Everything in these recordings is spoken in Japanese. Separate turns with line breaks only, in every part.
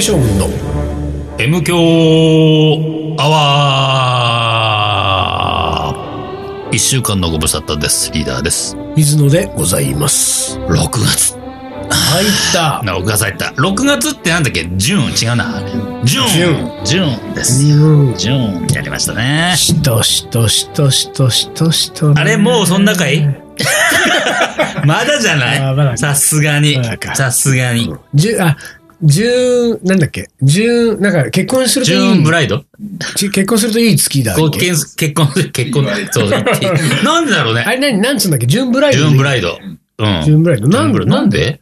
将軍の
M 強アワー一週間のご無沙汰です。リーダーです。
水野でございます。
6月。
入った。
な、6月入った。6月ってなんだっけジューン違うな。ジューン。ジューンです。
うん。
ジューンやりましたね。
しとしとしとしとしとしと。
あれもうそんなかいまだじゃ
あま
な
だ
いさすがに
まだ。か
さすがに。
じゅ、あ、じゅなんだっけじゅなんか結婚すると
ジ
いい。
ューンブライド
じ結婚するといい月だっ
こう
け。
結結婚、結婚、そうそう。なんでだろう
あ
ね。
れ何、なんつうんだっけジューンブライ
ジ
ド。
ューンブライド。うん。
ジューンブライド。
な
なんん
でなんで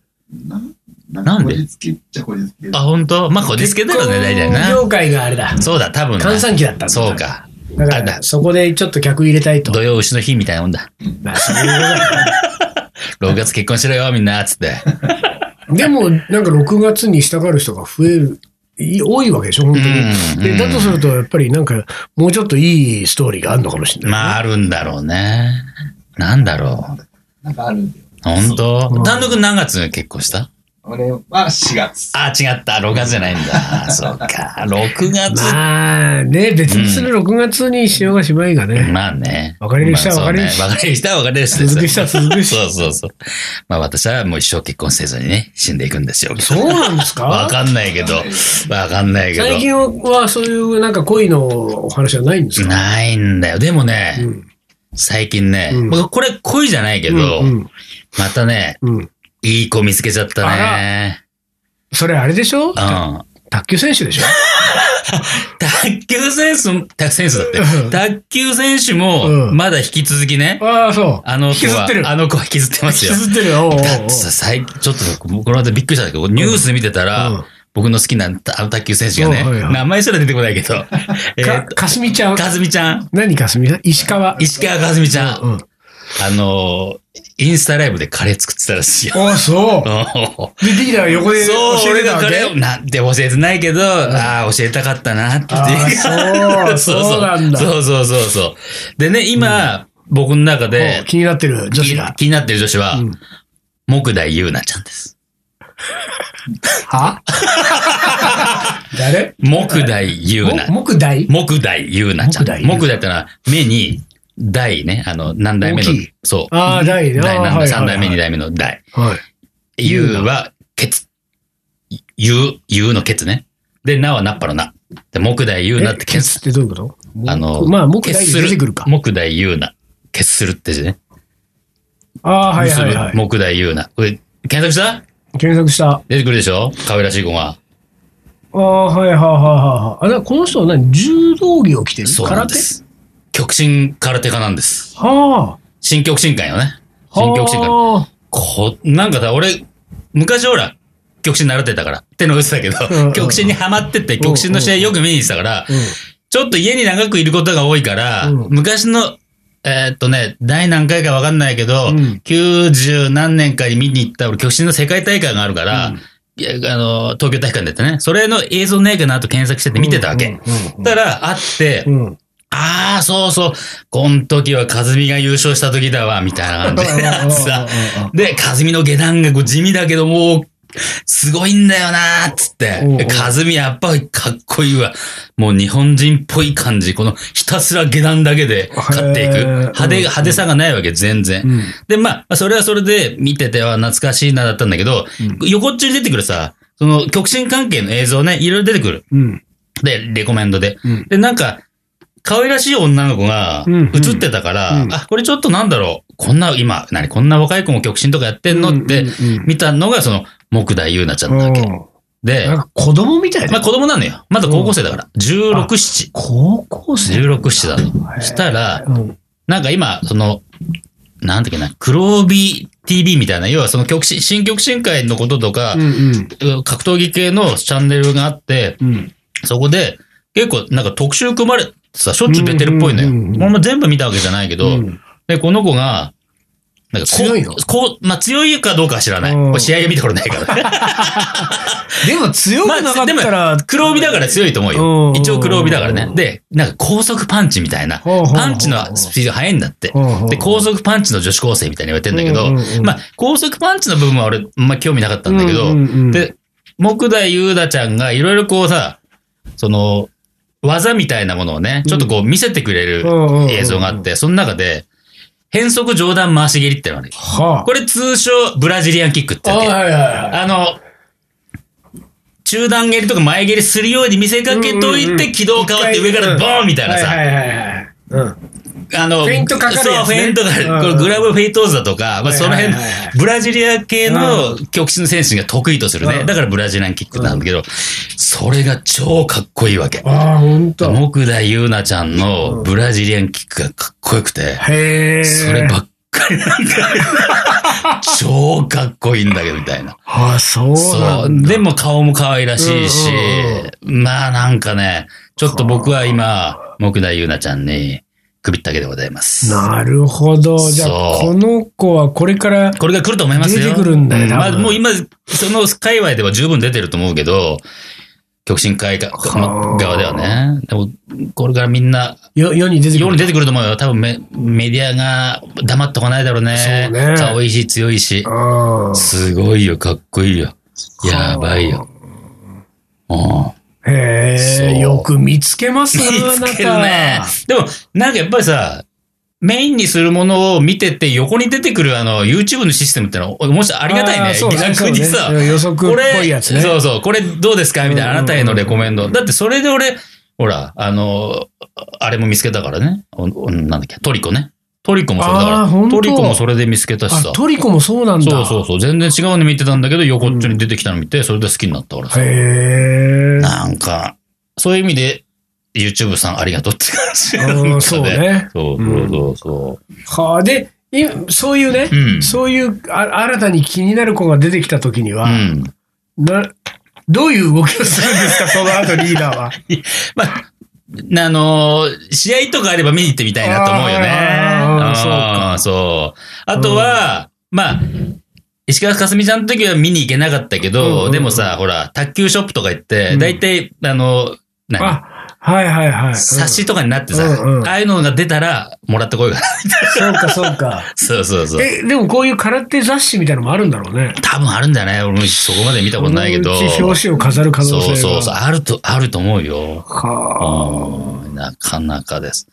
な
なんで
こじつけっちゃこじつ
あ、
け。
本当まあ、こじつけだよね、大体
結婚
な。
業界があれだ。
そうだ、多分な。
閑散期だったんだ
そうか。
だか
あだ
ら、そこでちょっと客入れたいと。
土曜牛の日みたいなもんだ。
まあそういうことだね
6月結婚しろよ、みんな、つって。
でも、なんか6月に従う人が増える。い多いわけでしょ本当
うん
に。
うん
で、だとすると、やっぱりなんか、もうちょっといいストーリーがあるのかもしれない。
まあ、あるんだろうね。なんだろう。
なんかあるんだよ。
本
う
当
ん
単独何月に結婚した
俺は4月。
あ、違った。6月じゃないんだ。 そうか。6月。
まあね、別にそれ6月にしようがしまいがね。
まあね。
別れる人は別れるし
まあそうね別れる人は別れるし。
続く人は続くし
そうそうそう。まあ私はもう一生結婚せずにね、死んでいくんですよ。
そうなんです
わ
か
かんないけど。わかんないけど。
最近はそういうなんか恋のお話はないんですか
ないんだよ。でもね、
うん
最近ね、
うん
僕これ恋じゃないけど、
うん
またね、
うんうん
いい子見つけちゃったね。
それあれでしょ
うん。卓
卓球選手 でしょ
球選手、卓球選手だって
う。ん
卓球選手も、
うん
まだ引き続きね、
ああ、そう。
あの
引き
子
ず
は
ってる。、
あの子は引きずってますよ
引。きずってる。おうおうおう
だってさ、最ちょっと僕、僕この間びっくりしたんだけど、ニュース見てたら、
うん
僕の好きなあの卓球選手がね、
うんはいはい
名前すら出てこないけど、えー
か
っ、
かすみちゃん
と、。かずみちゃん、
何かすみちゃん石川。
石川かずみちゃん、
うん。
あのー、インスタライブでカレー作ってたらしいよ。
おあ、そう。
そ
で、できたら横で
う、
教え
俺
てた
が
わ
カ
け
レーを、なんて教えてないけど、ああ、教えたかったなって
あ ーそうそうなんだ
そうそうそうそう。でね、今、僕の中
お
で
う気になってる女子
気
が。
気になってる女子は
うん、
木大優奈ちゃんです。
は誰
木大優奈。
も木大
木大優奈ちゃ
木大
ん。
優
木大ってのは、目に、大ね、あの、何代目の
大きい、
そう。
ああ、大ね。
大
ああは
何代、
いはい
三
はい
代目、二代目の大。
はい。
ゆうは、ケツ。ゆう、ゆうのケツね。で、なはなっぱのな。で、木大ゆうなってケ
ケツ
ツ
っ。てどういうこと
あの、
まあ、木
決
大
す
出てくるか。
木大ゆうな。ケツするって字ね。
ああ、はいはいは
結ぶ
い。
木大ゆうな。これ、検索した
検索した。あ
出てくるでしょ可愛らしい子が。
あ、はいはいはいはいはい。あ、だからこの人は何柔道着を着てる
そうなんです。極真空手家なんです。
空手は
新極真館よね。
あ。は
新極真館。
あ。
こ、なんかさ、俺、昔ほら、極真習ってたから、手の打つだけ
うんう
ど、
ん
極真にハマってて、極真の試合よく見に行ってたから、
うん。
ちょっと家に長くいることが多いから、
うん
昔の、えーっとね、第何回かわかんないけど、
うん
90何年かに見に行った、俺、極真の世界大会があるから、いやあの、東京大会館でやってね、それの映像ねえかなと検索してて見てたわけ。
うん
たら、あって、
うん。うん。
ああ、そうそう、こん時は和美が優勝した時だわ、みたいな感じであって さ、で、和美の下段がこう地味だけど、もう、すごいんだよなーっつって
おうおう。
和美やっぱりかっこいいわ。もう日本人っぽい感じ。このひたすら下段だけで勝っていく。
へー
派手、
うん
派手さがないわけ、全然。
うん
で、まあ、それはそれで見てては懐かしいなだったんだけど、横っちょに出てくるさ、その極真関係の映像ね、いろいろ出てくる。
うん。
で、レコメンドで。
うん
で、なんか、可愛らしい女の子が
うんうん
映ってたから、
うん
あ、これちょっとなんだろう、こんな、今、何、こんな若い子も極真とかやってんのって
うんうんうん
見たのが、その、木田優奈ちゃんなわけ。
う
で
ん。なん、か子供みたい
ま
な。
あ子供なのよ。まだ高校生だから。16、7。
高校生
16、7だと。したら、
うん。
なんか今、その、なんだっけな、黒帯 TV みたいな、要はその極真、新極真会のこととか
う、ん
格闘技系のチャンネルがあって、
うん。うん。
そこで、結構なんか特集組まれてさ、しょっちゅう出てるっぽいのよ。
うんうんうんうん
俺も全部見たわけじゃないけど、
うん
で、この子が、なんかこう
強いの
こう、まあ強いかどうかは知らない。
うん
俺試合見たことない から。
でも強く
まあ
なかったら、
黒帯だから強いと思う
う
よ
ん。
一応黒帯だから
う
ね
ん。
で、なんか高速パンチみたいな。
ほうほうほう
パンチのスピード速いんだって
ほうほう。
で、高速パンチの女子高生みたいに言われてんだけ
うん
ど
うんう、ん
まあ高速パンチの部分は俺、あんま興味なかったんだけど
うんうんうん、
で、木田優太ちゃんがいろいろこうさ、その、技みたいなものをね、ちょっとこう見せてくれる
うんうんうん
映像があって、その中で、変則上段回し蹴りってのがある。
はあ。
これ通称ブラジリアンキックって
あ
言う
はい
わけ
はいはい。
あの、中段蹴りとか前蹴りするように見せかけと
うん
い
うんうん
て、軌道変わって上からボーンみたいなさ、
はいはいはいはい。うん。
あの、
フェイントかかるやつね
そう、フェイントかかる。
うんうん
これグラブフェイトーズだとか、まあ、
はい
そ
はい
の
はいはい
辺、ブラジリア系の極真選手が得意とする
う
ね。
ん
だからブラジリアンキックなんだけど、それが超かっこいいわけ。
ああ、ほんと。
木田優奈ちゃんのブラジリアンキックがかっこよくて、
へえ。
そればっかりなんだ超かっこいいんだけど、みたいな。
ああ、 そうな
そ
ん
う。
だ。
でも顔も可愛らしいし
うん、
まあなんかね、ちょっと僕は今、木田優奈ちゃんに首ったけでございます。
なるほど。じゃあ、
そ
こ
う
の子はこれから、
これが来ると思いますよ。
出てくるんだよ
う
多
まあ、
分
もう今、その界隈では十分出てると思うけど、極真会が
はあ
側ではね。でも、これからみんな、
よ世に出てく
世
る
に。出てくると思うよ。多分メメディアが黙っとかないだろうね。
そうね
顔いいし、強いし。
ああ。
すごいよ、かっこいいよ。やばいよ。うん
へ
そう
え、よく見つけますね、
見つける
あ
ね
なた。
でも、なんかやっぱりさ、メインにするものを見てて、横に出てくるあの、YouTube のシステムってのは、もしありがたい
あー
ね。
そうね
逆にさ
そう、ね予測
こ
っぽ
れ、
いやつね。
そうそう、これどうですかみたいな、
うん
あなたへのレコメンド。だってそれで俺、ほら、あの、あれも見つけたからね。おおなんだっけ、トリコね。トリコもそれだ
あー
か
ほん
ら。
と
トリコもそれで見つけたし
あ
さ、。
トリコもそうなんだ。
そうそうそう、全然違うの見てたんだけど、横っちょに出てきたの見て、それで好きになったからさ。
へえ。
なんか、そういう意味で、YouTube さんありがとうって感じ
うんそう。ね。
そうそうそうそ
はあ、で、いそういうね
う。う、ん。
そういうあ新たに気になる子が出てきたときには、
うん。
な、どういう動きをするん ですか、その後リーダーは。
まあ、あのー試合とかあれば見に行ってみたいなと思うよね。
あーそう
あ
か
ーそうあとは、まあ、石川佳純ちゃんの時は見に行けなかったけ
うんうんう
ど、
ん
でもさ、ほら、卓球ショップとか行って
う、ん
大体、あの、何
あ、はいはいはい。うん
冊子とかになってさ、
うんうん
ああいうのが出たら、もらってこいよ
そうかそうか。
そうそう そう。
え、でもこういう空手雑誌みたいなのもあるんだろうね。
多分あるんじゃない俺もそこまで見たことないけど。
そのうち表紙を飾る可能性が。
そうそうそう。あると、あると思うよ。
はあ。
あーなかなかです。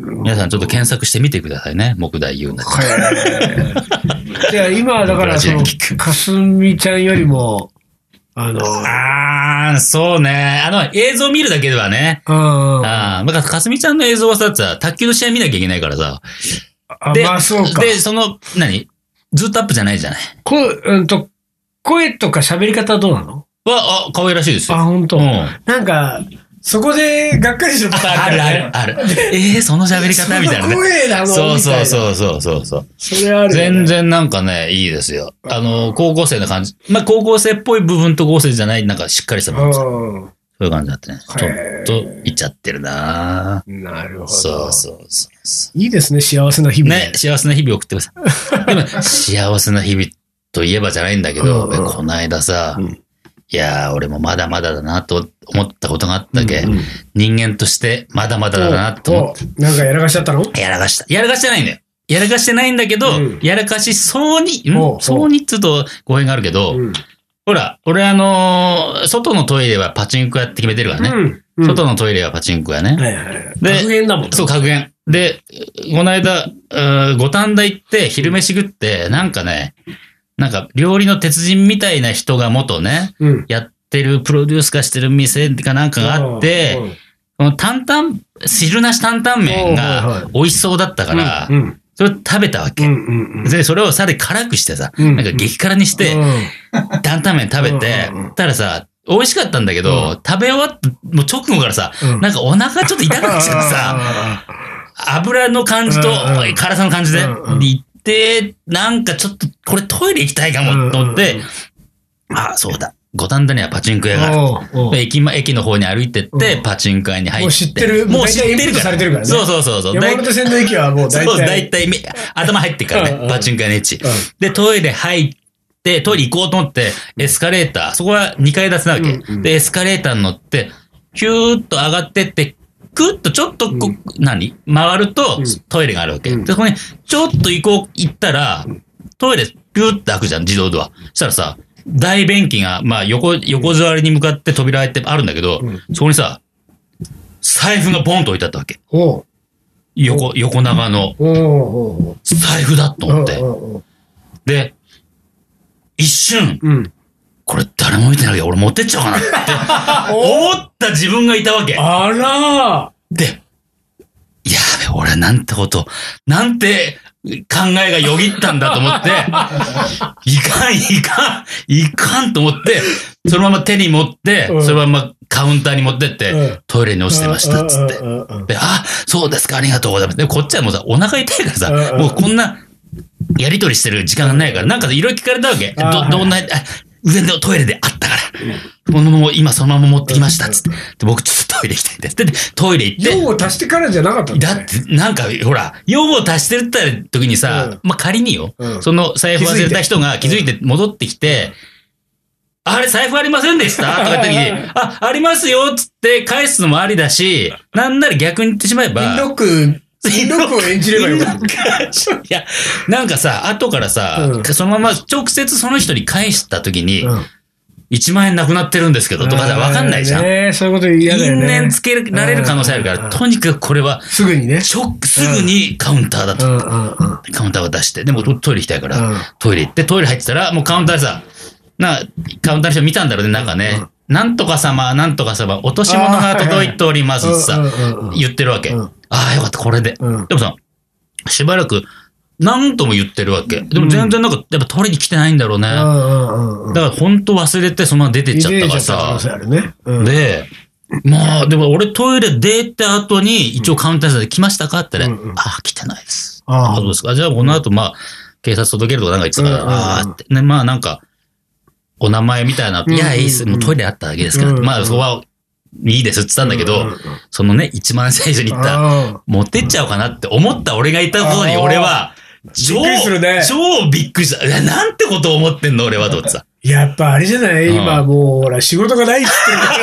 皆さんちょっと検索してみてくださいね。木大優奈ち
はい。じゃあ今だからその
ブラジルキッ、ク
かすみちゃんよりも、あの、
ゃん。ああ、そうね。あの、映像見るだけではね。
うん。
ああ、だから、かすみちゃんの映像はさ、さ卓球の試合見なきゃいけないからさ。
あまあそうか。
で、その、何ずっとアップじゃないじゃない。
こう、うんと、声とか喋り方はどうなの
わ、あ、可愛らしいですよ。
あ、本当、
うん。
なんか、そこでがっかりするパターン
あるあるある。えー、その喋り方みたいな
そ
ね
の。声なの
そうそう
う。
そうそうそうそう。
それある、ね。
全。然なんかね、いいですよ。あの、高校生の感じ。まあ、高校生っぽい部分と高校生じゃない、なんかしっかりした部分。そう
うん。
いう感じだったね。
へー
ちょっと、いっちゃってるな
なるほど。
そうそうそうそ
いいですね、幸せな日
う。
々。
ね、幸せな日々送って ください。でも、幸せな日々といえばじゃないんだけど、
うんうん
この間さ、
うん
いやー、俺もまだまだだなと思ったことがあったけ、
うんうん
人間としてまだまだだなと思っ
おおなんかやらかしちゃったの
やらかした。やらかしてないんだよ。やらかしてないんだけど、
うん
やらかしそう
ほ
に、
うほ
ん
う
そうにっつうと語弊があるけど、
うん。
ほら、俺あのー外のトイレはパチンコ屋って決めてるからね。
うん。
外のトイレはパチンコ屋ね。
はいはいはい。
で
格言だもんね。
そう、格言。で、この間、うー五反田行って昼飯食って、なんかね、なんか料理の鉄人みたいな人が元ね、
うん。
やってる、プロデュース化してる店かなんかがあって、この担々、汁なし担々
お
麺
うはい
が
は
美味しそうだった
う
か
ん、
ら
う、ん。
それを食べたわ
う
け。
ん。うん。
で、それをさで辛くしてさ、
うん
なんか激辛にして
う、ん
担々麺食べて
うんうんうん、
たらさ、美味しかったんだけど、食べ終わった、もう直後からさ、
うん
なんかお腹ちょっと痛くなっちゃってさ、
あ
油の感じと
うんうん
辛さの感じで
うんうん、
行って、なんかちょっと、これトイレ行きたいかも、と思って、あ、そうだ。五反田にはパチンコ屋
ー
があ
あ
る。
ーおうおう
駅ま、駅の方に歩いてって
う、ん
パチンコ屋に入って。
もう知ってる
もう知って
大体インプット
るから。
されてるからね
そうそうそうそう。
山手線の駅はもう大
そう、
体
大。体み、頭入ってっから
うんうん
ね、パチンコ屋の位置
うん。
で、トイレ入って、トイレ行こうと思って、エスカレーター、そこは2階建てなわけ。
うんうん
で、エスカレーターに乗って、ヒューッと上がってって、クッとちょっとこ、何回ると、
うん
トイレがあるわけ。
うん
で、そこに、ちょっと行こう、行ったら、トイレ、ピューッと開くじゃん、自動ドア。そしたらさ、大便器が、まあ、横、横座りに向かって扉開いてあるんだけど、
うん
そこにさ、財布がポンと置いてあったわけ。
おう
横、横長の
おうおうおう
財布だと思って。
おうおうおう
で、一瞬、
うん。
これ誰も見てないけど俺持ってっちゃおうかなって 思った自分がいたわけ。
あら
で、やべ、俺なんてこと、なんて考えがよぎったんだと思 って、いかん、いかん、いかんと 思って、そのまま手に持って、
うん
そのままカウンターに持ってって、
うん
トイレに落ちてました、つって。
うんうんうん
で、あ、そうですか、ありがとうございます。で、こっちはもうさ、お腹痛いから
うん
さ、
うん
もうこんな、やりとりしてる時間がないから、なんかいろいろ聞かれたわけ。
あー
ど、どんな、あ上のトイレであったから、このまま今そのまま持ってきました、つって。で、僕ちょっとトイレ行きたいんです。で、でトイレ行って、
用を足してからじゃなかったん
だ
だね。
って、なんか、ほら、用を足してるって時にさ、まあ、仮によ、
うん
その財布忘れた人が気づいて戻ってきて、あれ、財布ありませんでしたとか言った時に、 あ、ありますよっつって返すのもありだし、なんなら逆に言ってしまえば、
インロック、インロックを演じればよかった。
いや、なんかさ、後からさ、
うん
そのまま直接その人に返した時に、
うん
1万円なくなってるんですけど、とかさ、わかんないじゃん。
ねえそういうこと嫌
因
だよね。
縁つけられる可能性あるか
う
ら、
ん
とにかくこれは、
すぐにね。
ちょ、すぐにカウンターだと
うんうんうん。
カウンターを出して、でもトトイレ行きたいから、
うん
トイレ行って、トイレ入ってたら、もうカウンターでさ、な、カウンターの人見たんだろうね、なんかね、なんとか様、なんとか様、落とし物が届いておりますって
うん
さ、
うんうん
言ってるわけ。
うん
ああ、よかった、これで。
うん
でもさ、しばらく、何とも言ってるわけ。でも全然なんか、やっぱ取りに来てないんだろうね。だ
うんうんうん。
から本当忘れて、そのまま出てっちゃったから
可能
さ
性。あるね。うん
で、まあ、でも俺トイレ出た後に、一応カウンターさんで来ましたかってね、
うんうん
ああ、来てないです。あ
あ
そうですか。じゃあ、この後、まあ、警察届けるとかなんか言って
うん
たから、
うんうん
ああって、ね、まあ、なんか、お名前みたいな、
うん
いや、いいっす。もうトイレあっただけですから、
うんうん
まあ、そこは、いいですって言ったんだけど、
うんうんうん
そのね、一番最初に言った、
あ。
持ってっちゃおうかなって思った俺がいたことに、
あー
俺は、超
びっくりするね
超びっくりした。いや、なんてことを思ってんの、俺は、と思ってさ。
やっぱあれじゃない
うん
今もう、ほら、仕事がないって言ってるか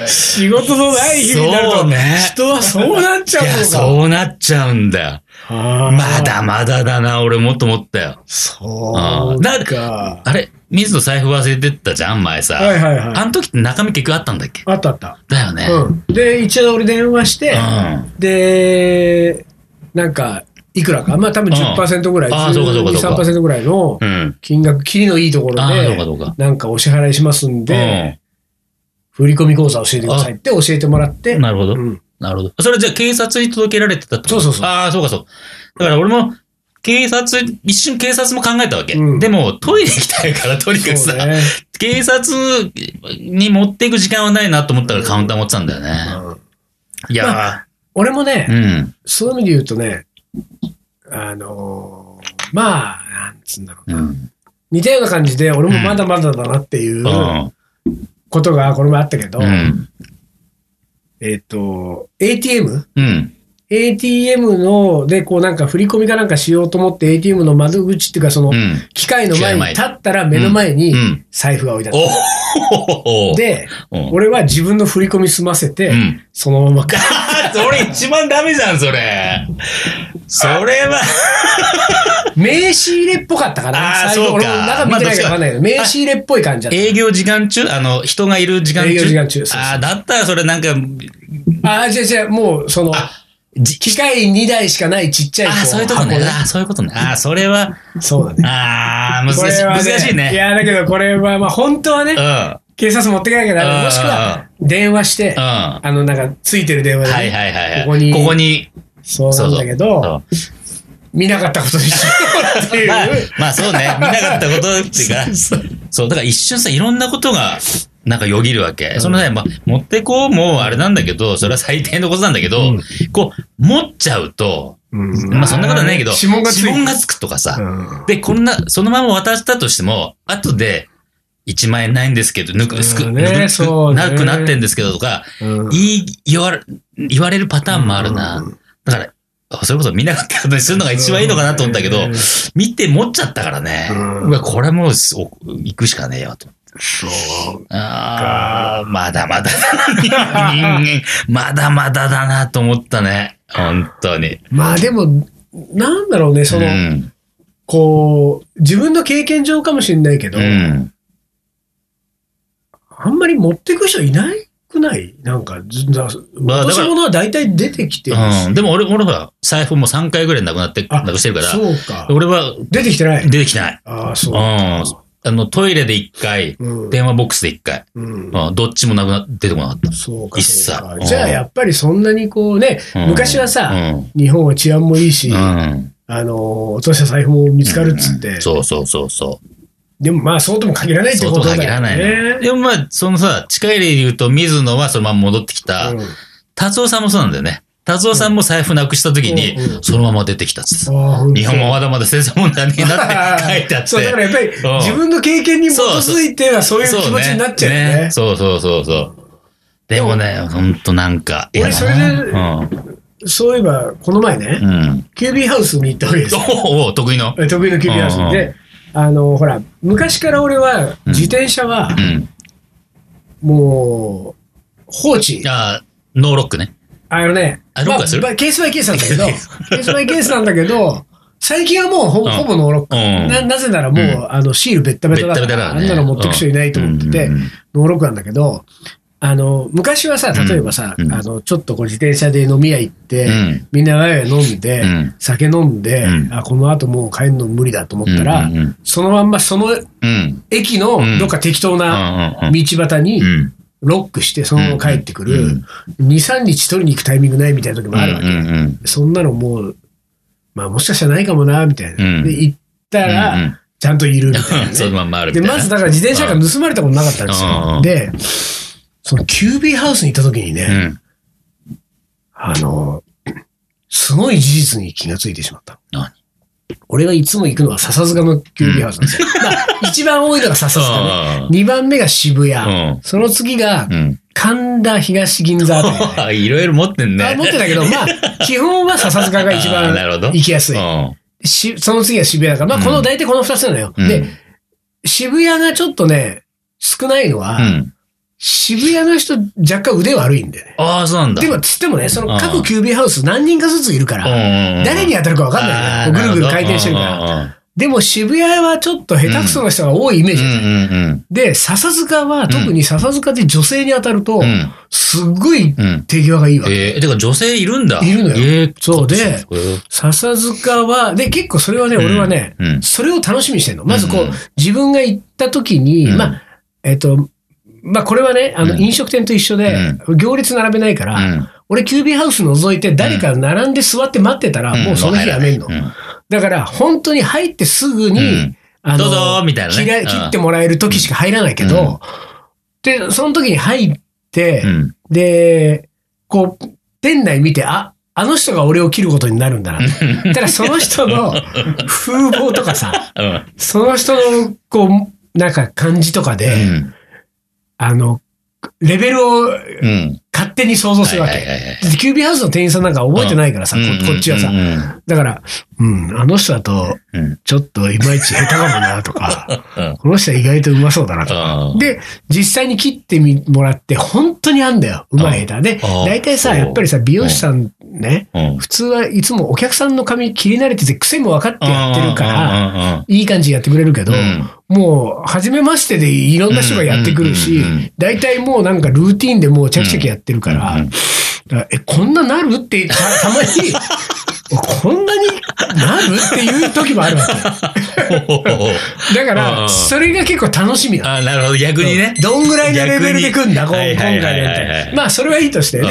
ら、仕事のない日になる
そ
と
うね、
人はそうなっち
い
ゃう
や、
のか。
そうなっちゃうんだよ。
あー
ま。だまだだな、俺もっと思ったよ。
そうか。
あれ、水野財布忘れてったじゃん、前さ。
はいはいはい
あの時って中身結局あったんだっけ
あったあった。
だよね。
うん。で、一応俺電話して、
う
で、なんか、いくらか、まあ多分10%ぐらい、
うんあーそうかそうかそうか
12、3%ぐらいの
うん。
金額、切りのいいところ
ああ、そう
で
か、そうか。
なんかお支払いしますんで、振り込み口座教えてくださいって教えてもらっ
う
て
ん、なるほど
う。ん
なるほど。それじゃあ警察に届けられてたってこと
そうそうそう
ああ、そうかそう。だから俺も、警察、一瞬警察も考えたわけ。
うん
でも、トイレ行きたいから、とにかく
そ
さ、
うね
警察に持っていく時間はないなと思ったからカウンター持ってたんだよね。
うん
いやー、
ま俺もね、
うん。
そういう意味で言うとね、あのーまあ、なんつうんだろう
う
な、
ん。
似たような感じで、俺もまだまだだなっていう
う。
うんことが、これもあったけど、
うん。
えっ、と、ATM?ATM
うん。
の、で、こうなんか振り込みかなんかしようと思って ATM の窓口っていうか、その
う、ん。
機械の前に立ったら目の前
う
に
ん。
財布が置いてあっ
おお
た。、で、
うん
俺は自分の振り込み済ませて、
うん
そのまま帰る
あーそれ一番ダメじゃん、それ。それは、
名刺入れっぽかったかな。
あー
財布
そう
俺
か
も中見てないから分かんないけど、
まあ
名
どっちか
刺入れっぽい感じだった。
営業時間中あの、人がいる時間中
営業時間中そうそう
ああ、だったらそれなんか、
ああ、じゃあじゃあもう、その、
じ
機械2台しかないちっちゃい
あ
こ
あ、そういうとこね。ああ、そういうことね。ああ、それは、
箱そうだね。
ああ、難し
これ
い、
は
難しい
い
ね。
や、だけどこれは、まあ本当はね
うん。、は
警察持ってかなきゃダメ。もしくは、電話して、
うん
あの、なんか、ついてる電話
い
でね、
はいはいはい。
ここに、
ここに。
そうなんだけ
そう
ど、見なかったことにしようっていう。
まあ、まあそうね。見なかったことって いうか、そう、だから一瞬さ、いろんなことが、なんかよぎるわけ。そのね、まあ、持ってこうもあれなんだけど、それは最低のことなんだけど、
うん
こう、持っちゃうと、
うん
まあそんなことはないけど、
指紋がついて
指紋がつくとかさ、
うん
で、こんな、そのまま渡したとしても、後で、1万円ないんですけど、ぬく、すく、
うんね
ぬく
そうね
なくなってんですけどとか、
うん
言い、言われ、言われるパターンもあるな。だから、あそれこそ見なかったことにするのが一番いいのかなと思ったけど、
うん
見て持っちゃったからね。
うん
うわ、これもうす、お行くしかねえよ、と。
そう。
ああ、まだまだだな、人間。まだまだだな、と思ったね。本当に。
まあでも、なんだろうね、その、
うん。
こう、自分の経験上かもしれないけど、
うん。
あんまり持ってく人いないくないなんか、ずだ
まあ
落と
だか
し
ら
物は大体出てきてるし。
うん。でも俺、俺ほら、財布も3回ぐらいなくなって、なくしてるから、
そうか。
俺は
出てきてない。
出てきてない。
ああ、
うん。
そう。
あの、トイレで1回、
うん。
電話ボックスで1回、
うん
うん、どっちもなくな、出てこなかっ
そうか、
一切
そうか
うん。
じゃあ、やっぱりそんなにこうね、
た。うん
昔はさ
うん
日本は治安もいいし、
うん。
あの、落とした財布も見つかるっつって。
そうそうそうそう。
でもまあ、そうとも限らないって
そう
こととだよ
限
ね。
らないの。でもまあ、そのさ、近い例で言うと、水野はそのまま戻ってきた
う、ん
達夫さんもそうなんだよね。達夫さんも財布なくした時に
うんう、ん
そのまま出てきたっつってた
ああ、
日本
も
もまだまだ戦争問題になって書いてあって。
そう、だからやっぱり
ん
自分の経験に基づいてはそういう気持ちになっちゃうよね。
そうそうそうそう。でもね、ほんとなんか。
俺
嫌だな
それでそういえば、この前ね、
うん。うん。
キュービーハウスに行ったわけですよ。
おお、得意の。
え得意のキュービーハウス
うんうん
に。で、あの、ほら、昔から俺は
うん
自転車は
うん。
もう放置。
ああ、ノーロックね。
あのね、
あロックはする
まあケースバイケースなんだ けど、ケースバイケースなんだけど、最近はもうほ
うん
ほぼノーロック。
うん
ななぜならもう、
うん
あのシールベッタベ
ベ
タ
ッ
だ
タ
か
ベタ
ら、
だ
あ
ね。
んなの持ってく人いないと思ってて、
うんうんうん
ノーロックなんだけど、あの、昔はさ、例えばさ、
うん
あの、ちょっとこう自転車で飲み屋行って、
うん
みんなワイワイ飲んで、
うん
酒飲んで、
うん
あ、この後もう帰るの無理だと思ったら、
うんうん
そのまんまその
うん。
駅のどっか適当
うん
な
う
道
ん
端に
うん。
ロックしてそのまま帰ってく
う
る
ん、
2、3日取りに行くタイミングないみたいな時もあるわけ。
うんうん
そんなのもう、まあもしかしたらないかもな、みたいな。
うん
で、行ったら、
うんうん
ちゃんといるみたいな、
うん。その
ね。
まんまあるみ
で、
たいな。
まずだから自転車が盗まれたことなかったんです
うんう
よ。
ん
で、そのキュービーハウスに行った時にね、
うん。
あの、すごい事実に気がついてしまった。
何
俺がいつも行くのは笹塚のキュービーハウスなんですよ。まあ、一番多いのが笹塚ね。
そう。
2番目が渋
う
谷。
ん。
その次が
うん。
神田東銀座あたりね
いろいろ持ってん
あ
ね。
持ってたけど、まあ、基本は笹塚が一
あー
番
なるほど
行きやすい。
うん
し、その次は渋谷だから、まあ、こ
う
の、
ん
大体この二つなのよ。
うん
で、渋谷がちょっとね、少ないのは、
うん。
渋谷の人若干腕悪いんだよね。
ああ、そうなんだ。
でも、つってもね、その
う
各
ん
キュービーハウス何人かずついるから、誰
誰
に当たるか分かんないよね。こうぐるぐる回転してるから。
ら。
でも渋谷はちょっと下手くそな人が多いイメー
うん
ジ。
うん
で、笹塚は、特に笹塚で女性に当たると
うん。う、ん
すっごい
うん。
手際がいいわけ。
えー、てか女性いるんだ。
いるのよ
えー
そうで、
これ
笹塚は、で、結構それはね、俺はね、
うん。
それを楽しみにしてんの。まずこ
うん
う、自分が行った時に、
うん
まあ、えっと、まあこれはね、あ
う
の
ん
飲食店と一緒で、行列並べないから、
うん
俺キュービーハウス覗いて誰か並んで座って待ってたら、
うん
もうその日やめんの。
うん
だから本当に入ってすぐに、
うん
あ
どうぞーみたいなね
切ら
うん
切ってもらえる時しか入らないけど、
うん
で、その時に入って、
うん
で、こう、店内見て、あ、あの人が俺を切ることになるん だな。ただその人の風貌とかさ、
うん
その人の、こう、なんか感じとかで、
うん
あの、レベルを
うん。
勝手に想像するわけ。
はいはいはいはい
でキュービーハウスの店員さんなんか覚えてないからさ、ここっちはさ
う。ん
だから、うん、あの人だと、
うんうん
ちょっといまいち下手かもなとか、
うん
この人は意外とうまそうだなとか。
うん
で、実際に切ってみもらって、本当にあんだよ。うまい下手。で、
あ
大体
そ
さ、
う
やっぱりさ、美容師さんね、
うん
普通はいつもお客さんの髪切り慣れてて癖も分かってやってるから、
うんうんうんうん
いい感じにやってくれるけど、
うん
もう、初めましてでいろんな人がやってくる
う
し
んうんうんうん、
大体もうなんかルーティンでもうチャキチャキやってるか
うんう
ら
ん、
だからえ、こんななるってた、たまに、 こんなになるっていう時もあるわけ。
ほほほほ
だか
うんう
ら、
ん
それが結構楽しみなの。
あーなるほど、逆にね。
どんぐらいのレベルで来んだ、こう
逆に
今回でみ
はいはいはい
た
はい
い
は
ないまあ、それはいいとしてね、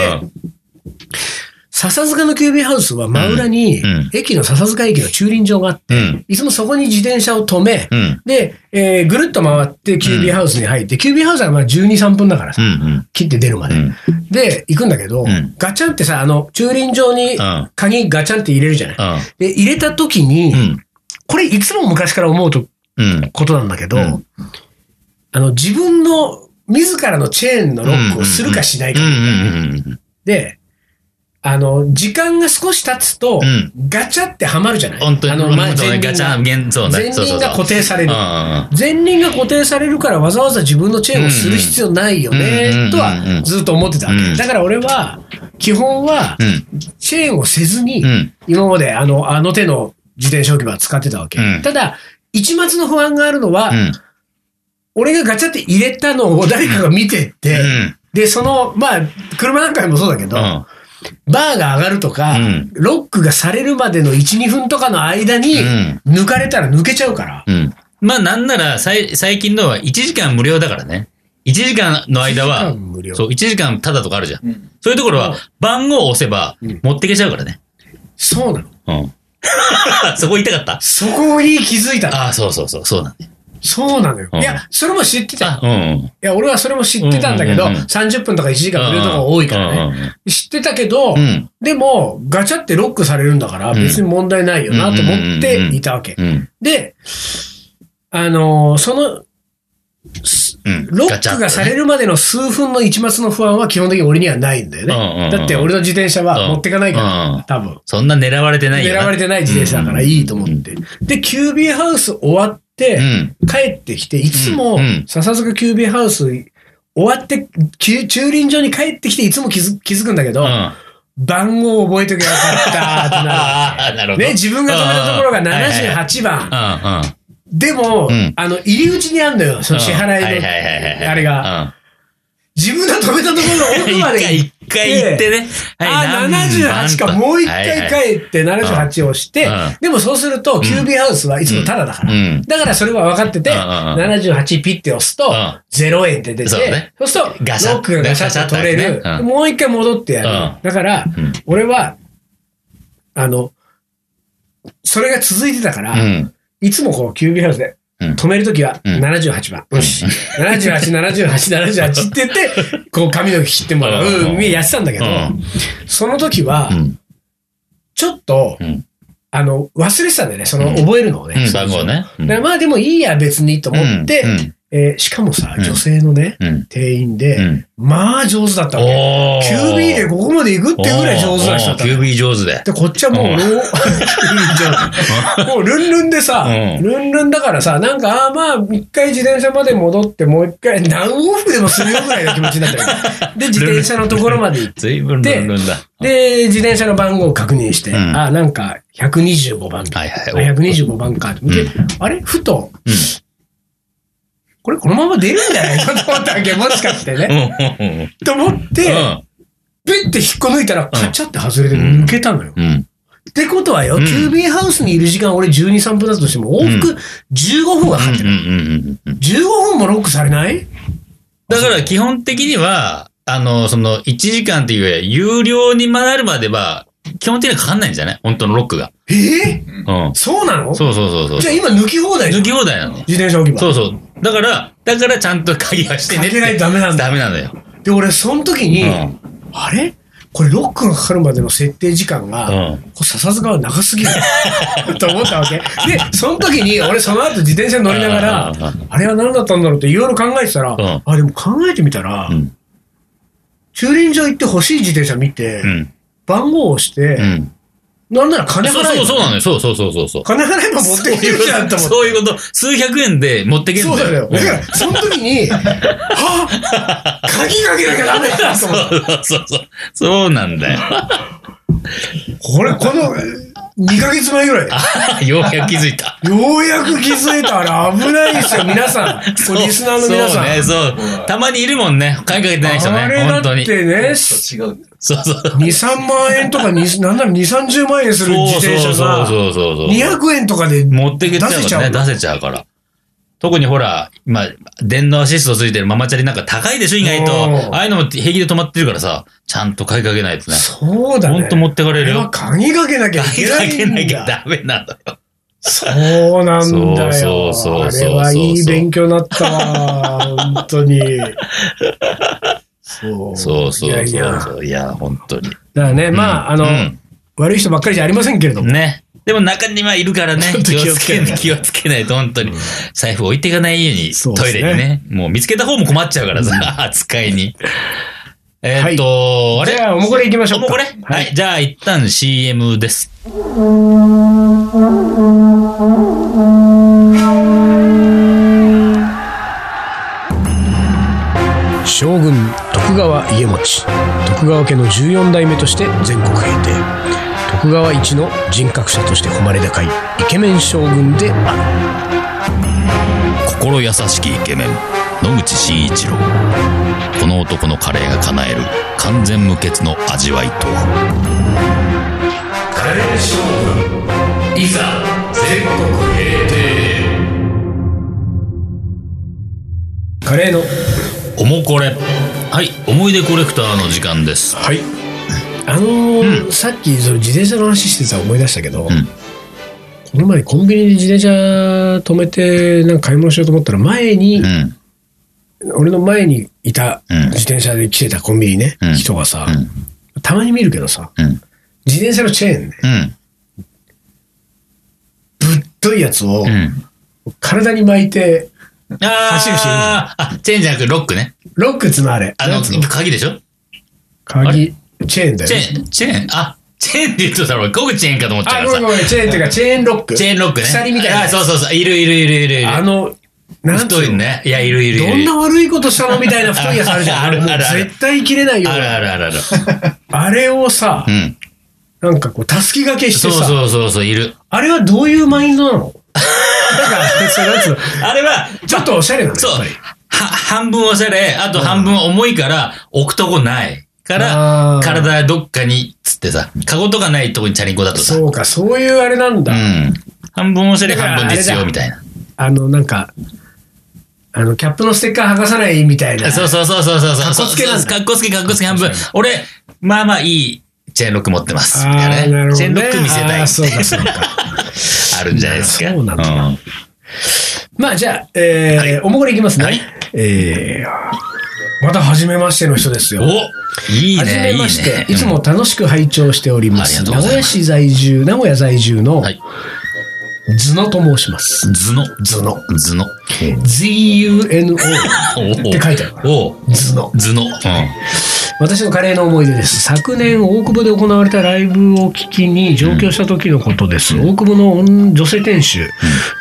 笹塚のキュービーハウスは真裏に
うん、
駅の笹塚駅の駐輪場があって、
うんうん
いつもそこに自転車を止め、
うん
で、えーぐるっと回ってキュービーハウスに入って、キュービーハウスはまあ12、3分だから
う
さ、
んうん
切って出るまで。
うん
で、行くんだけど、
ん
ガチャンってさ、あの、駐輪場に
うん
鍵ガチャンって入れるじゃない。
うん
で、入れた時に、
うん
これいつも昔から思うと
うん
ことなんだけど、
うん
あの、自分の、自らのチェーンのロックをするかしないか。
うんうん
で、あの、時間が少し経つと、
うん
ガチャってはまるじゃない
本当に、
あの、
本
ま
当
前
にガ
輪
チャ
が
ン、げんそうね。
前
そうそ
輪
う
が
そう
固定され
う
る
んう。ん
前輪が固定されるからわざわざ自分のチェーンをする必要ないよ
うんう
ね
ん、
と
うんうん
はずっと思ってたわ
うん
け。だから俺は、基本は
う、ん
チェーンをせずに
う、ん
今まであの、あの手の自転車置き場は使ってたわけ
うん。
ただ、一末の不安があるのは
う、ん
俺がガチャって入れたのを誰かが見てって、
うん。
で、その、まあ、車なんかでもそうだけど、
うん。
バーが上がるとか、
うん
ロックがされるまでの1、2分とかの間に、
うん
抜かれたら抜けちゃうから。
うん。まあなんなら、さい最近のは1時間無料だからね。1時間の間
1時
は
間、無料
そう、1時間ただとかあるじゃん。
うん。
そういうところは、番号を押せば
うん、
持ってけちゃうからね。
そうなの。
うん。 そこ言いたかった
そこに気づいたの。
ああ、そうそうそう、そうなんだよ。
そうなのよ。
うん
いや、それも知ってた。
あ、うん。
いや、俺はそれも知ってたんだけど、
うんうんうんうん
30分とか1時間無料とか多いからね。
ね。
知ってたけど、
うん。
でも、ガチャってロックされるんだから、
うん
別に問題ないよなと思っていたわけ。
うん。
で、あのーその、
うん。
ロックがされ
る。
るまでの数分の一末の不安は基本的に俺にはないんだよね。
うんうんうん
だって俺の自転車は持ってかないから、
うんうん
多分。
そんな狙われてないよ
狙
な。
われてない自転車だからいいと思って。で、キュービーハウス終わって、
うん。
帰ってきて、いつも
うんうん
笹塚キュービーハウス終わって、き駐輪場に帰ってきて、いつも気づ気づくんだけ
う
ど、
ん。あ
番号覚えときゃよかったってなるわ
あ、なる
け。
ほど。
ね、自分が止めたところが
うんはいはいはい
78番。
うんうん。
でも、
うん
あの、入り口にあんのよ、その支払い
うんはいはいはいはい
の、あれが。
うん
自分が止めたところの奥
一
まで
回、
行っ
一回行ってね。
あ、78か。もう一回帰って78をして
うん、
でもそうすると、キュービーハウスはいつもタダだから。
うん。
だからそれは分かってて、
うんうんうん
78ピッて押すと
うん、
0円って出て、
そうね
そうすると、
ガシャッ
ロックがガシャッと取れる。
ガシャッとねうん
もう一回戻ってやる。
うん
だから、
うん
俺は、あの、それが続いてたから、
うん。
いつもこう、キュービーハウスで、
うん
止めるときは、
うん
78番。よし。78、78、78って言って、こう、髪の毛切ってもらう。
うん
うん、やってたんだけど、
うん
その時は
う、ん。
ちょっと、
うん
あの、忘れてたんだよね。その、覚えるのをね。
番号ね。
だ
うん
からまあでもいいや、別にと思って、
うん
えーしかもさ、
うん
女性のね、
うん。
店員で、
うん。
まあ上手だったわけ。
おー。
QB でここまで行くってぐらい上手な人だった
おー
の。
おー QB 上手で。
で、こっちはもう、
う
ロ
ん
ー、QB 上手もうルンルンでさ、
うん
ルンルンだからさ、なんか、ああまあ、一回自転車まで戻って、もう一回、何往復でもするよぐらいの気持ちになったよ。で、自転車のところまで行って、
随分ルンルンだ。
で、自転車の番号を確認して、
うん
ああ、なんか、125番だ。
はいはい。
あ125番か。で、
うん
あれふと、
うん
これこのまま出るんじゃないかと思ったわけ、もしかしてね。
うんうんうん
と思って、ペッて引っこ抜いたら、カチャって外れて抜けたのよ。
うん。うん。
ってことはよ、
うん
キュービーハウスにいる時間、俺12、3分だとしても、往復15分はかかって
うんう
る。
んうん。
15分もロックされない
だから基本的には、あの、その、1時間っていうより有料になるまでは、基本的にはかかんないんじゃない本当のロックが。
えー
うん。
そうなの
そうそうそうそう。
じゃあ今抜き放題じゃん
抜き放題なの。
自転車置き場。
そうそう。だから、だからちゃんと鍵はしてねって。
かけないとダメなんだ
ダメなんだよ。
で、俺、その時
う
に、
ん。
あれこれロックがかかるまでの設定時間が、
うん。
こう笹塚は長すぎる と思ったわけ。で、その時に俺その後自転車に乗りながら
うんうんうんう、
あれは何だったんだろうっていろいろ考えてたら、
ん
あ、でも考えてみたら、
うん
駐輪場行って欲しい自転車見て、
うん。
番号を押して、
うん。
なんなら金払え
そう
ば
そうそうなのよ。そうそうそうそうそう。
金払えば持ってきてるじゃんと思って。
そういうこと。数百円で持ってける
そ
ん
う
だ
だよ。
よ。
だから、その時に、はぁ鍵かけなきゃダメだと思った。
そうそうそう。そうなんだよ。
これ、この、2ヶ月前ぐらい。
ようやく気づいた。
ようやく気づいたら危ないですよ、皆さん。これリスナーの皆さん。
そうね、そう。たまにいるもんね。買いかけてない人ね。
あれだ
本当
っ
に。
てね、
ちょっと違うんだよ。
そうそ
2、
う。
3万円とか、になんなら2、30万円する自転車が、
そうそうそうそうそう。
200円とかで、
持ってけちゃう
出せち
か
ゃ
ら
う
ね。出せちゃうから。特にほら、今、電動アシストついてるママチャリなんか高いでしょ、意外
うん
と。ああいうのも平気で止まってるからさ、ちゃんと買いかけないとね。
そうだ
ほ
ね
んと。持ってか
こ
れる
れは
よ。
鍵かけなきゃい
買
け
い
な
か
い
け
ん
なきゃ
だ。
ダメなんだよ。
そうなんだ
そ
よ
う。そ
あ
うそうそう
れはいい勉強になったわ。 本当に。そう。
そうそう
いや
そう
いや。
そう。いや、本当
だ
に。
からね、まあ、あの、
うん
悪い人ばっかりじゃありませんけれども。
ね。でも中にはいるからね
ちょっ。と
気
気
を
を
つ
つけ
け
ない
ない、気をつけないと、本当に。財布置いていかないように、
そうで
トイ
すね
レにね。もう見つけた方も困っちゃうからさ、扱いに。えーっと、あ
じ
れ
ゃあ、おもこれ行きましょうか。
もうこれ
は。
はいい。じゃあ、一旦 CM です。
将軍徳川家持徳川家の14代目として全国平定徳川一の人格者として誉れ高いイケメン将軍である
心優しきイケメン野口真一郎この男のカレーが叶える完全無欠の味わいとはカレー勝負いざ全国平定
カレーの
おもこれはい思い出コレクターの時間です
はいあのーさっきその自転車の話してたの思い出したけど、
ん
この前コンビニで自転車止めてなんか買い物しようと思ったら前に
う、ん
俺の前にいた
うん
自転車で来てたコンビニね、
うん
人がさ、
うん
たまに見るけどさ
うん
自転車のチェーンね
うん
ぶっといやつを
うん
体に巻いて走る人いる
あーあチェーンじゃなくロックね
ロックっつうのあれ
あ
な
の
んつうの
鍵でしょあ
鍵チェーンだよ
チ
ね
ェーンチェーンあチェーンって言ってたら俺ゴグチェーンかと思っち
あ
ゃう
ごめん
か
ご
らさ
めんチェーンっていうかチェーンロック
チェーンロックね
鎖みたいな
あそうそうそういるいるいるいるいる
あのなんつ
太
う
い
の
ねいやいるいるいる
どんな悪いことしたのみたいな太いやつあるじゃん。
あるあるある
もう絶対切れないよ。
あるあ
あ
るある ある
れをさ
う、ん
なんかこう、たすき掛けして
そう
さ、
そうそうそういる
あれはどういうマインドなのなんか、そうなんつうの
あれは
ちょっとおしゃれなの
そう
やっぱり
は半分おしゃれあと半分重いから置くとこないから
あー
体どっかにつってさカゴとかないとこにチャリンコだとさ
そうか、そういうあれなんだ。
うん半分おしゃれ
だから
半分です
あれ
よ
だ
みたいな
あの、なんか、あの、キャップのステッカー剥がさないみたいな。
そうそうそうそうそうそう
っこつけなんだ
かっこつけかっこつけ半分
かっこつけ
俺まあまあいいチェーンロック持ってますみ
あ
た
あ、
い
な
なね
るほ
チェ
ど、
ーンロ
ね。
ック見せた
あ
い
ー
み
そう
たい
か、
な
そうか。
あるんじゃないですか
そうなんだ
うん
まあ、じゃあ、えー
はい
おもこれいきますね。
はい
えーまた初めましての人ですよ。
おいい
はじ
ね
めまして
ね
いつも楽しく拝聴しておりま
あ
す。
りがと
名
う
古屋
ございます
市在住、名古屋在住の
はい
ズノと申します。
頭脳
ズノ。
頭脳
ZUNO
おお
って書いてあるから。
おう
ズノ。
頭脳うん
私のカレーの思い出です。昨年、大久保で行われたライブを聞きに上京した時のことです。大久保の女女性店主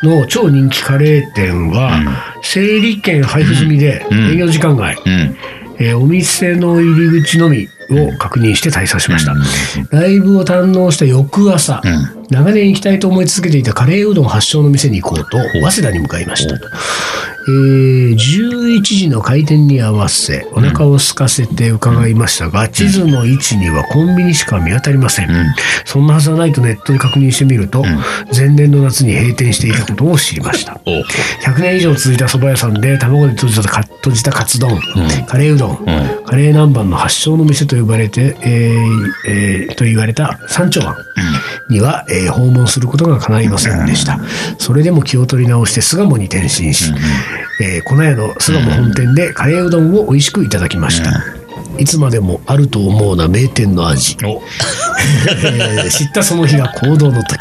の超人気カレー店は、整理券配布済みで
うん
営業時間外。
うん
えーお店の入り口のみを確認して退散しました、
うん
ライブを堪能した翌朝、
うん
長年行きたいと思い続けていたカレーうどん発祥の店に行こうと早稲田に向かいましたと、えー11時の開店に合わせお腹を空かせて伺いましたが、地図の位置にはコンビニしか見当たりません、
うん
そんなはずはないとネットで確認してみると、前年の夏に閉店していたことを知りました
おう
100年以上続いた蕎麦屋さんで卵で閉じたか閉じたカツ丼、
ん
カレーうどん、
ん
カレー南蛮の発祥の店と呼ばれて、えーえーと言われた山頂湾には、えー訪問することが叶いませんでした、それでも気を取り直して巣鴨に転身し、えー粉屋の巣鴨本店でカレーうどんを美味しくいただきました、いつまでもあると思うな名店の 味
お
えー知ったその日が行動の 時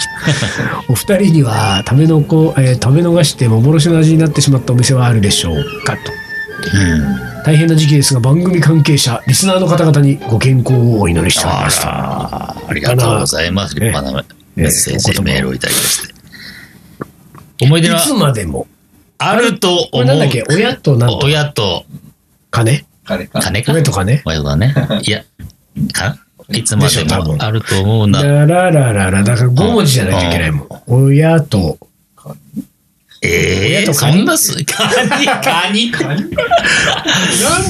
お二人には食べのこ、えー食べ逃して幻の味になってしまったお店はあるでしょうかと
うん
大変な時期ですが番組関係者リスナーの方々にご健康をお祈りしており
あ
ますと
らありがとうございます立派なメッセー
ええ
ジ
お言葉
メールをいただきまして思い出
い
は
つまでも
あると
こ
思う
れなんだっけ親となん
お
と
親と
金
カレーか。
金か
親と金
親と だねいやかいつま
でしょ
で
多
も
分
あると思う
だ
な
ららららだから5文字じゃないといけないもん親と
え
親
え
と
そ
カニ
んなすカ ニカニ
カニ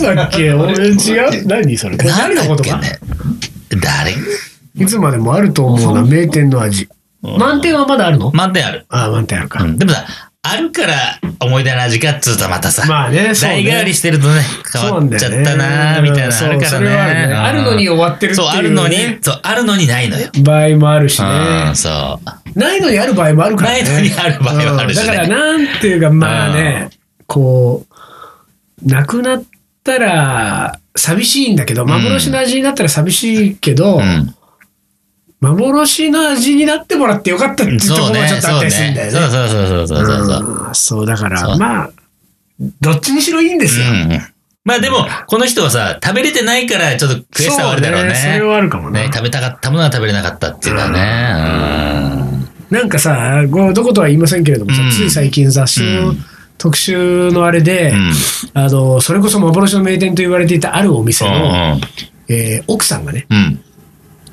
なんだっ け俺違う何それこれ誰のこと
なん
か
だっけね誰
いつまでもあると思うな名店の味満点はまだあるの
満点ある
ああ満点あるか
うんでもさあるから思い出の味かっつうとまたさ
まあね、そう
代
ね
替わりしてるとね、変わっちゃったなーみたいなの
そ
あ
うなんだよ
る
ね
から
そうそれ
ね。
はあるね
うん
あるのに終わってるっていう
そう、
ね
あるのに、そう、あるのにないのよ。
場合もあるし
う
ね
ん、。そう。
ないのにある場合もあるからね。
ないのにある場合はあるしね
うんだから、なんていうか、まあね、こう、なくなったら寂しいんだけど、幻の味になったら寂しいけど、
うん。
幻の味になってもらってよかったっていうとこ
そう
ろが
ね
ちょっ、とあ
そ
った
うね。
りするんだよね
そう。そうそうそうそうそう。
うんそう、だか
そ
ら、
う
まあ、どっちにしろいいんですよ。
うん。まあでも、この人はさ、食べれてないから、ちょっと悔しさはあるだろう
そそれ
ね。
はあるかもな
ね、食べたかったものは食べれなかったっていうのはね。
なんかさ、こうどことは言いませんけれどもさ、
うん
つい最近雑誌の特集のあれで、
うん。うん。
あの、それこそ幻の名店と言われていたあるお店
う
の、
ん。
えー奥さんがね、
うん。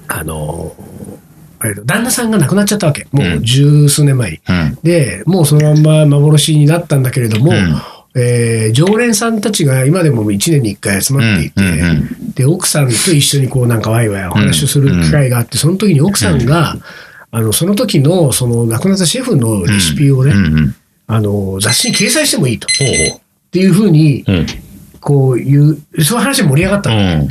あの、あかりと。旦那さんが亡くなっちゃったわけ。も
う
うん十数年前に。
うん。
で、もうそのまんま幻になったんだけれども、
うん
えー常連さんたちが今でも1年に1回集まっていて、
うんうんうん
で、奥さんと一緒にこうなんかワイワイお話をする機会があって、その時に奥さんが、あの、その時の、その亡くなったシェフのレシピをね、
うんうん。
あの、雑誌に掲載してもいいと。っ
ほうほ
ていうふうに、
う。うん。
こういう、そういう話で盛り上がったの
うん。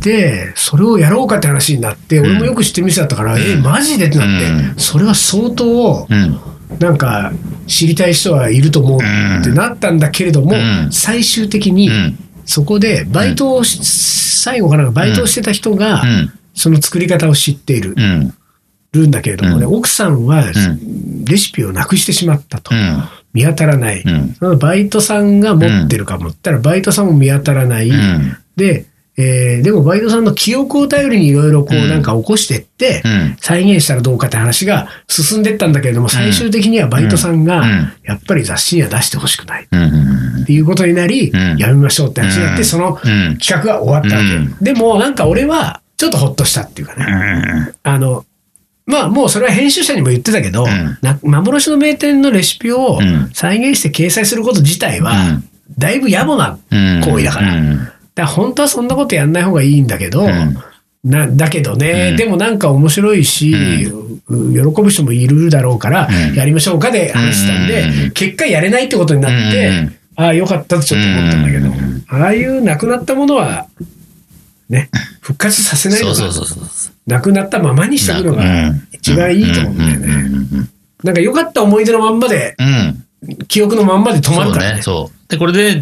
で、それをやろうかって話になって、俺もよく知ってる店だったから、え、マジでってなって、それは相当、
うん。
なんか、知りたい人はいると思うってなったんだけれども、
うん
最終的に
う、ん。
そこで、バイトをし、最後かな、バイトをしてた人が、その作り方を知っている
うん。うん。
るんだけれどもね、奥さんは、
ん
レシピをなくしてしまったと。
うん。
見当たらない。
うん
そのバイトさんが持ってるかもったら、バイトさんも見当たらない。
うん
で、えーでもバイトさんの記憶を頼りにいろいろこう
うん
なんか起こしてって、
うん
再現したらどうかって話が進んでったんだけれども、最終的にはバイトさんが
うん、
やっぱり雑誌には出してほしくない。
うん。うん
っていうことになり、
うん
やめましょうって話になっ
う
て、
ん
その
うん
企画が終わったわけよ、
うん
でもなんか俺は、ちょっとほっとしたっていうかね。
うん。
あの、まあもうそれは編集者にも言ってたけど、
うん
な幻の名店のレシピを
うん
再現して掲載すること自体は、
うん
だいぶ野暮な。
うん。
行為だから
うん。
だから本当はそんなことやんない方がいいんだけど、
ん
なだけどね、
うん
でもなんか面白いし、う喜ぶ人もいるだろうから、
うん
やりましょうかで話してたんで、
うん
結果やれないってことになって、
うん
ああよかったとちょっと思ったんだけど、
うん
ああいうなくなったものは、ね、復活させない
そ
の
うそう
が、
そうそう。
なくなったままにしてくのが一番いいと思うんだよね。
うんうんうん
なんか良かった思い出のまんまで、
うんうん。
記憶のまんまで止ま
そ
る
う
から
ね。
ね。
そう。で、これで、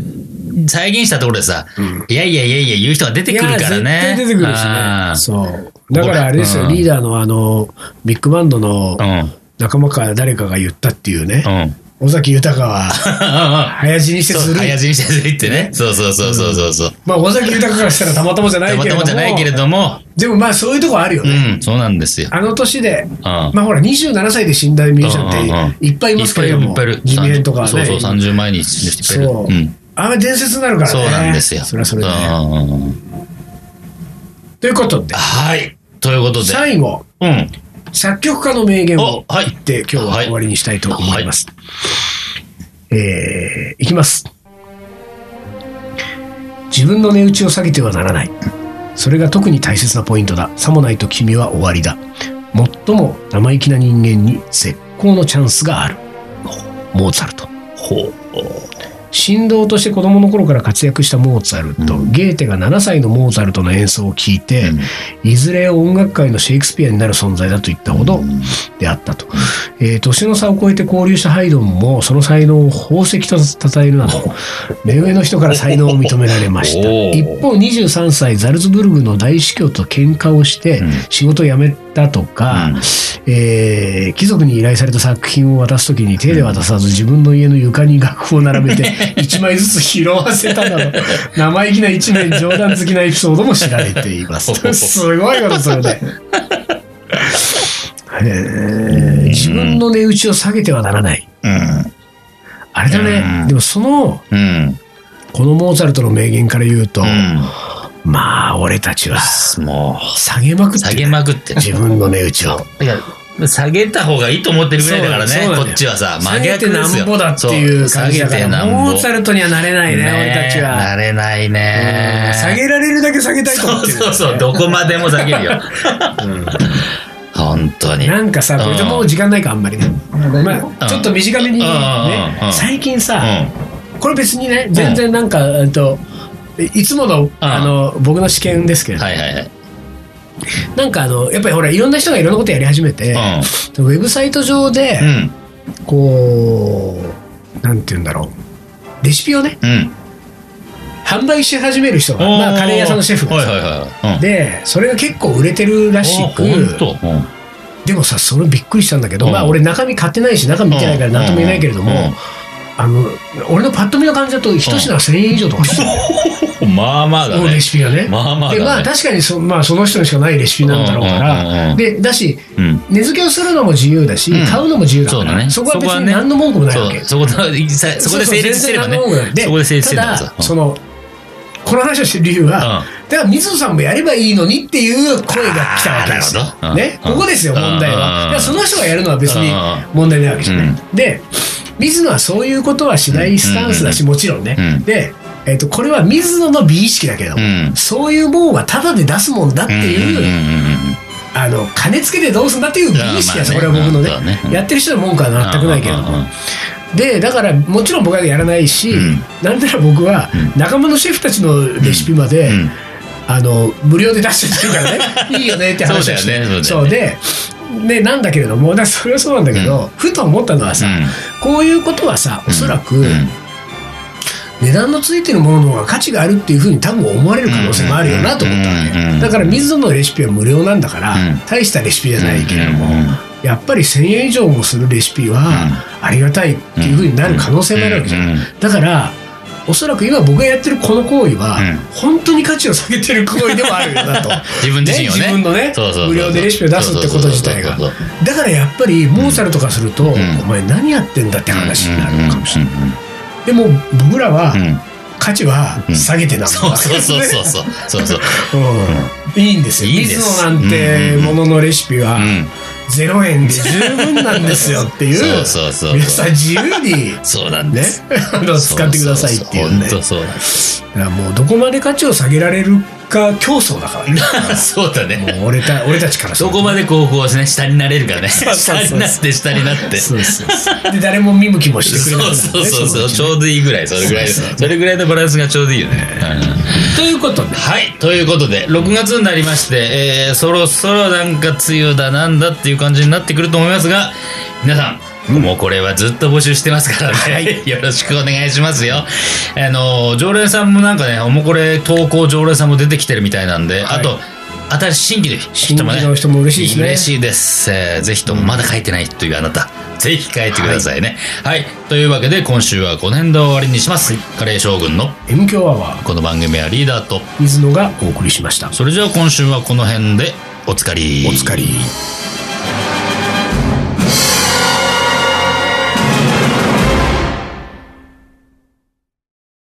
再現したところでさ、いやいやいやいや言う人が出て
い
く
や
るからね。
絶対出てくるし
あ
ね。
ー
そう。だからあれですよ、
うん
リーダーのあの、ビッグバンドの仲間か誰かが言ったっていうね、
うん。うん。
尾崎豊は早死にして
そう、
ずる
早
い。
死にしてずるいってね。そうそうそうそうそうそう。
まあ、尾崎豊からしたらたまたまじゃな
た
い
ま
けれど
たま
も。
じゃないけれども、
でもまあ、そういうとこあるよ
う
ね。
ん、そうなんですよ。
あの年で、
うん。
まあほら、27歳で死んだミュージシャンっていっぱいいますけれど
い
も
っぱいいる。、
2年とかね。
そうそう、30前に死ぬ人いっぱいいる。
そう
うん。
あれ伝説になるからね。
そうなんですよ。
それはそれでね。
うん
ということで、
はい。ということで。
最後。
うん。
作曲家の名言を
おはい
言って、今日は終わりにしたいと思います。えーいきます。自分の値打ちを下げてはならない。それが特に大切なポイントだ。さもないと君は終わりだ。最も生意気な人間に絶好のチャンスがある。モーツァルト。
ほ
振動として子供の頃から活躍したモーツァルト、
うん
ゲーテが7歳のモーツァルトの演奏を聴いて、
うん
いずれ音楽界のシェイクスピアになる存在だと言ったほど
うん
であったと、えー年の差を超えて交流したハイドンもその才能を宝石と称えるなど目上の人から才能を認められました
おー
一方23歳ザルツブルグの大司教と喧嘩をして
うん
仕事を辞めたとか、
うん
えー貴族に依頼された作品を渡す時に手で渡さず自分の家の床に楽譜を並べて1 枚ずつ拾わせたなど生意気な一面冗談好きなエピソードも知られていますすごいことそれで。えー自分の値打ちを下げてはならない。
うん。
あれだね、
うん
でもその
うん。
このモーツァルトの名言から言うと、
う
まあ俺たちは
ん。も
下げまく
う、
って
下
る
げまくってる。
自分の値打ちを。
いや、下げた方がいいと思ってるぐらいだから
そうそ
ね
う、なのよ
こっちはさ、
下
真
げ
逆
て
で
な
すよ。
んぼだっていう感じだか
そう下げてな
ら、
んぼ
モーツァルトにはなれないね、
ね
俺たちは。
なれないね
う。ん下げられるだけ下げたいと思っ
そう
てる、
そうそう、どこまでも下げるよ。本当に。
なんかさ、これでもう時間ないか、あんまりね。まあ、ちょっと短めに、ね
うんうん、
最近
う
さ、
ん。
これ別にね、全然なんか、えっと、いつもの、あの、僕の試験ですけれど、
はいはいはい。
なんかあの、やっぱりほら、いろんな人がいろんなことやり始めて、ウェブサイト上で
う、ん。
こう、なんて言うんだろう。レシピをね、
うん。うん。
販売し始める人が、まあ、カレー屋さんのシェフが
はい
さ
はいはいはい。
で、それが結構売れてるらしく、
うん、ほんと。うん
でもさ、それびっくりしたんだけど、
うん
まあ俺中身買ってないし、中身見てないからなんとも言えないけれども、
うんうん
あの、俺のパッと見の感じだと、一品1000円以上とか する、
まあまあだ
レ
ね。
シピがね。
まあまあだね
で、まあ確かにそ,、まあ、その人にしかないレシピなんだろうから、
うんうんうん
で、だし、
うん。
値付けをするのも自由だし、
うん
買うのも自由だか
そう
ら、
だね。
そこは別
は
に
ね
何の文句もないわけ。
そうそこださそこで成立してればね
そうそう全然何の文句もない。
そこで成立してれば
た
さ
だ、。その、この話をしてる理由は、
う
だから水野さんもやればいいのにっていう声が来たわけですよ
あーなるほどうん
ね、
うん
ここですよ
うん
問題は
うん
だからその人がやるのは別に
う
問題ないわけじゃない、
うん
で水野はそういうことはしないスタンスだし、もちろんね、
うん
で、えっとこれは水野の美意識だけど、
うん
そういうもんはタダで出すもんだっていう、あの金つけてどうすんだっていう美意識です、
いや
これ
まあ
は
ね
僕のね,、
うんそうだねうん
やってる人の文句は全くないけど、
うんうんうん
でだからもちろん僕はやらないし、
うん
なんなら僕は
う
仲間のシェフたちのレシピまで、
うん
あの無料で出してるから ねいいよねって話をして
そうだよねそ
そううででなんだけれどもだからそれはそうなんだけど、ふと思ったのはさ、こういうことはさおそらく、
うん
値段のついてるものの方が価値があるっていうふうに多分思われる可能性もあるよなと思ったわ
うんうんうんう
け
ん
だから水野のレシピは無料なんだから、
うん
大したレシピじゃないけれども、
うんうんうん
やっぱり1,000円以上もするレシピはありがたいっていうふうになる可能性もあるわけじゃ
うんんうん
だからおそらく今僕がやってるこの行為は、
うん
本当に価値を下げてる行為でもあるよなと。
自分 自身をね
自分のね
そうそうそう
無料でレシピを出すってこと自体が
そうそう
だからやっぱりモーツァルトからすると、お
ん
前何やってんだって話になるのかもしれない、
うんうん
でも僕らは、
うんうん
価値は下げてなん
そうそうそうそうそうそうそう
うんいいんですよ
いいです
水野なんてもののレシピは
うん
0円で十分なんですよっていう
そうそうそう
皆さん自由に
そうなん で
ね
す
あの使ってくださいっていうね
そうそうそう本当
だからもうどこまで価値を下げられるか競争だからね
そうそうだね
もう俺 た俺たちからす
ど
ると
こまでこうこうね下になれるか ね
そうそう
下
そう
になって下になって
そうそうそうで誰も見向きもしてくれな
そう
くな
そ
る
う
ね
そう
の
そう
うち
ち
ね
ょうどいいぐらいそれぐらい
そうそうそう
それぐらいのバランスがちょうどいいよね、うん
ということで
はいということで6月になりまして、えーそろそろなんか梅雨だなんだっていう感じになってくると思いますが皆さん、もうこれはずっと募集してますからね、 よろしくお願いしますよあの常連さんもなんかねおもこれ投稿常連さんも出てきてるみたいなんで、
はい
あと新しい新規の
新
人もね
規の人も嬉しいですね
嬉しいです、えーぜひともまだ書いてないというあなたぜひ書いてくださいねはい、というわけで今週はこの辺で終わりにします、カレー将軍の
M 強アワー
この番組はリーダーと
水野がお送りしました
それじゃあ今週はこの辺でおつかり
お疲れ